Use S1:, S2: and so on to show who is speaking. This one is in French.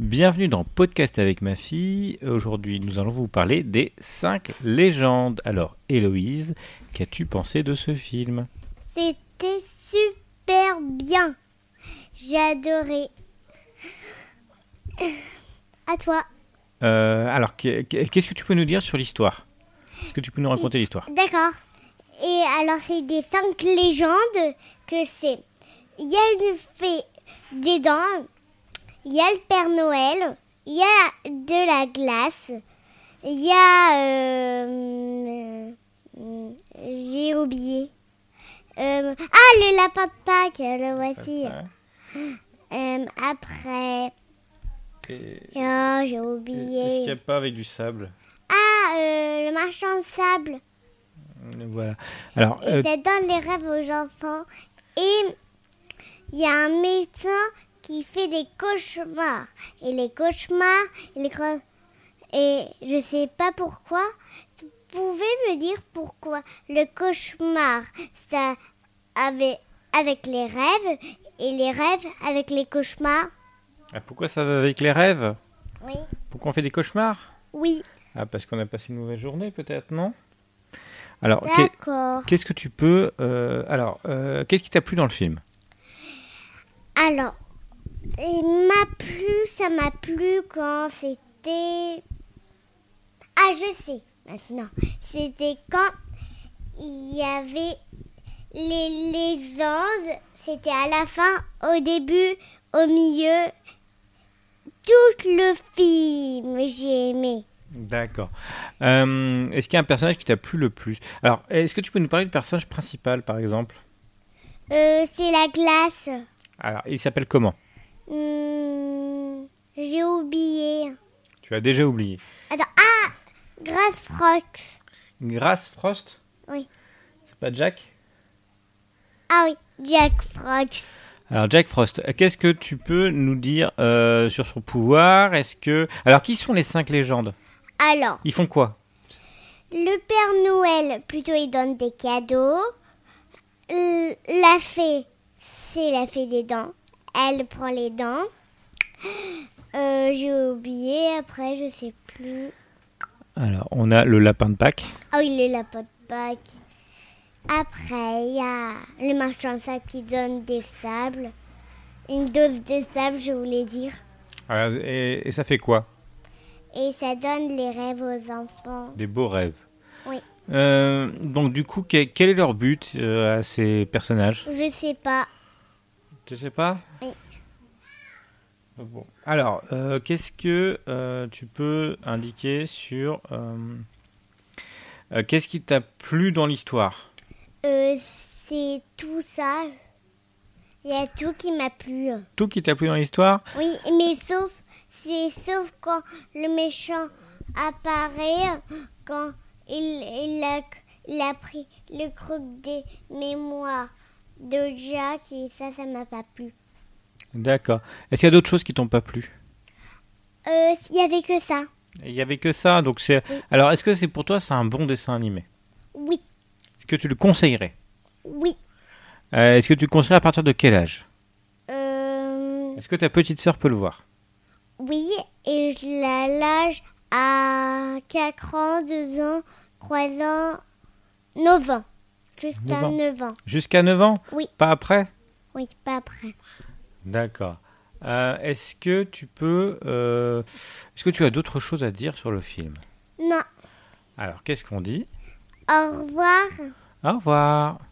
S1: Bienvenue dans Podcast avec ma fille. Aujourd'hui, nous allons vous parler des 5 légendes. Alors, Héloïse, qu'as-tu pensé de ce film
S2: C'était super bien. J'ai adoré. À toi.
S1: Euh, Alors, qu'est- qu'est-ce que tu peux nous dire sur l'histoire Est-ce que tu peux nous raconter l'histoire
S2: D'accord. Et alors, c'est des cinq légendes que c'est. Il y a une fée des dents, il y a le Père Noël, il y a de la glace, il y a... euh, euh, J'ai oublié. Euh, ah, le lapin de Pâques, le voici.
S1: Ah,
S2: Euh, après...
S1: Et-
S2: Oh, j'ai
S1: Est-ce qu'il n'y a
S2: oublié.
S1: pas avec du sable
S2: Ah, euh, le marchand de sable.
S1: Voilà. Alors,
S2: Et
S1: euh,
S2: ça donne les rêves aux enfants. Et il y a un médecin qui fait des cauchemars. Et les cauchemars, les cro- et je sais pas pourquoi. Vous pouvez me dire pourquoi le cauchemar, ça avait avec les rêves et les rêves avec les cauchemars
S1: ah, pourquoi ça va avec les rêves
S2: Oui.
S1: Pourquoi on fait des cauchemars
S2: Oui,
S1: Ah, parce qu'on a passé une mauvaise journée, peut-être, non Alors,
S2: Bah.
S1: qu'est-
S2: d'accord.
S1: Qu'est-ce que tu peux. euh, alors, euh, qu'est-ce qui t'a plu dans le film
S2: Alors, il m'a plu, ça m'a plu quand c'était. Ah, je sais maintenant. C'était quand il y avait les, les anges. C'était à la fin, au début, au milieu. Tout le film, j'ai aimé.
S1: D'accord. Euh, est-ce qu'il y a un personnage qui t'a plu le plus Alors, est-ce que tu peux nous parler du personnage principal, par exemple
S2: Euh, c'est la glace.
S1: Alors, il s'appelle comment
S2: Hmm, j'ai oublié.
S1: Tu as déjà oublié.
S2: Attends, ah Grâce Rox.
S1: Grace Frost
S2: Oui.
S1: C'est pas Jack
S2: Ah oui, Jack Frox.
S1: Alors, Jack Frost, euh, qu'est-ce que tu peux nous dire euh, sur son pouvoir Est-ce que. Alors, qui sont les cinq légendes
S2: Alors,
S1: Ils font quoi
S2: le Père Noël, plutôt il donne des cadeaux. L- La fée, c'est la fée des dents. Elle prend les dents. Euh, J'ai oublié, après je sais plus.
S1: Alors, on a le lapin de Pâques.
S2: Ah oui, le lapin de Pâques. Après, il y a le marchand de sable qui donne des sables. Une dose de sable, je voulais dire.
S1: Alors, Ah, et- et ça fait quoi
S2: Et ça donne les rêves aux enfants.
S1: Des beaux rêves.
S2: Oui.
S1: Euh, donc du coup, que- quel est leur but euh, à ces personnages
S2: Je sais pas.
S1: Tu sais pas
S2: Oui.
S1: Bon. Alors, euh, qu'est-ce que euh, tu peux indiquer sur... euh, euh, qu'est-ce qui t'a plu dans l'histoire
S2: Euh, c'est tout ça. Il y a tout qui m'a plu.
S1: Tout qui t'a plu dans l'histoire
S2: Oui, mais sauf, c'est sauf quand le méchant apparaît, quand il, il a, il a pris le groupe des mémoires de Jack et ça, ça m'a pas plu.
S1: D'accord. Est-ce qu'il y a d'autres choses qui t'ont pas plu
S2: Euh, il y avait que ça.
S1: Il y avait que ça. Donc c'est.
S2: Oui.
S1: Alors, est-ce que c'est pour toi c'est un bon dessin animé
S2: Oui,
S1: Est-ce que tu le conseillerais
S2: oui.
S1: Euh, Est-ce que tu le conseillerais à partir de quel âge
S2: Euh,
S1: Est-ce que ta petite sœur peut le voir
S2: oui, et je la lâche à 4 ans, 2 ans, 3 ans, 9 ans. Jusqu'à
S1: Neuf ans.
S2: 9 ans.
S1: Jusqu'à 9 ans
S2: Oui.
S1: Pas après
S2: Oui, pas après.
S1: D'accord. Euh, Est-ce que tu peux, euh, est-ce que tu as d'autres choses à dire sur le film
S2: Non.
S1: Alors, qu'est-ce qu'on dit
S2: Au revoir.
S1: Au revoir.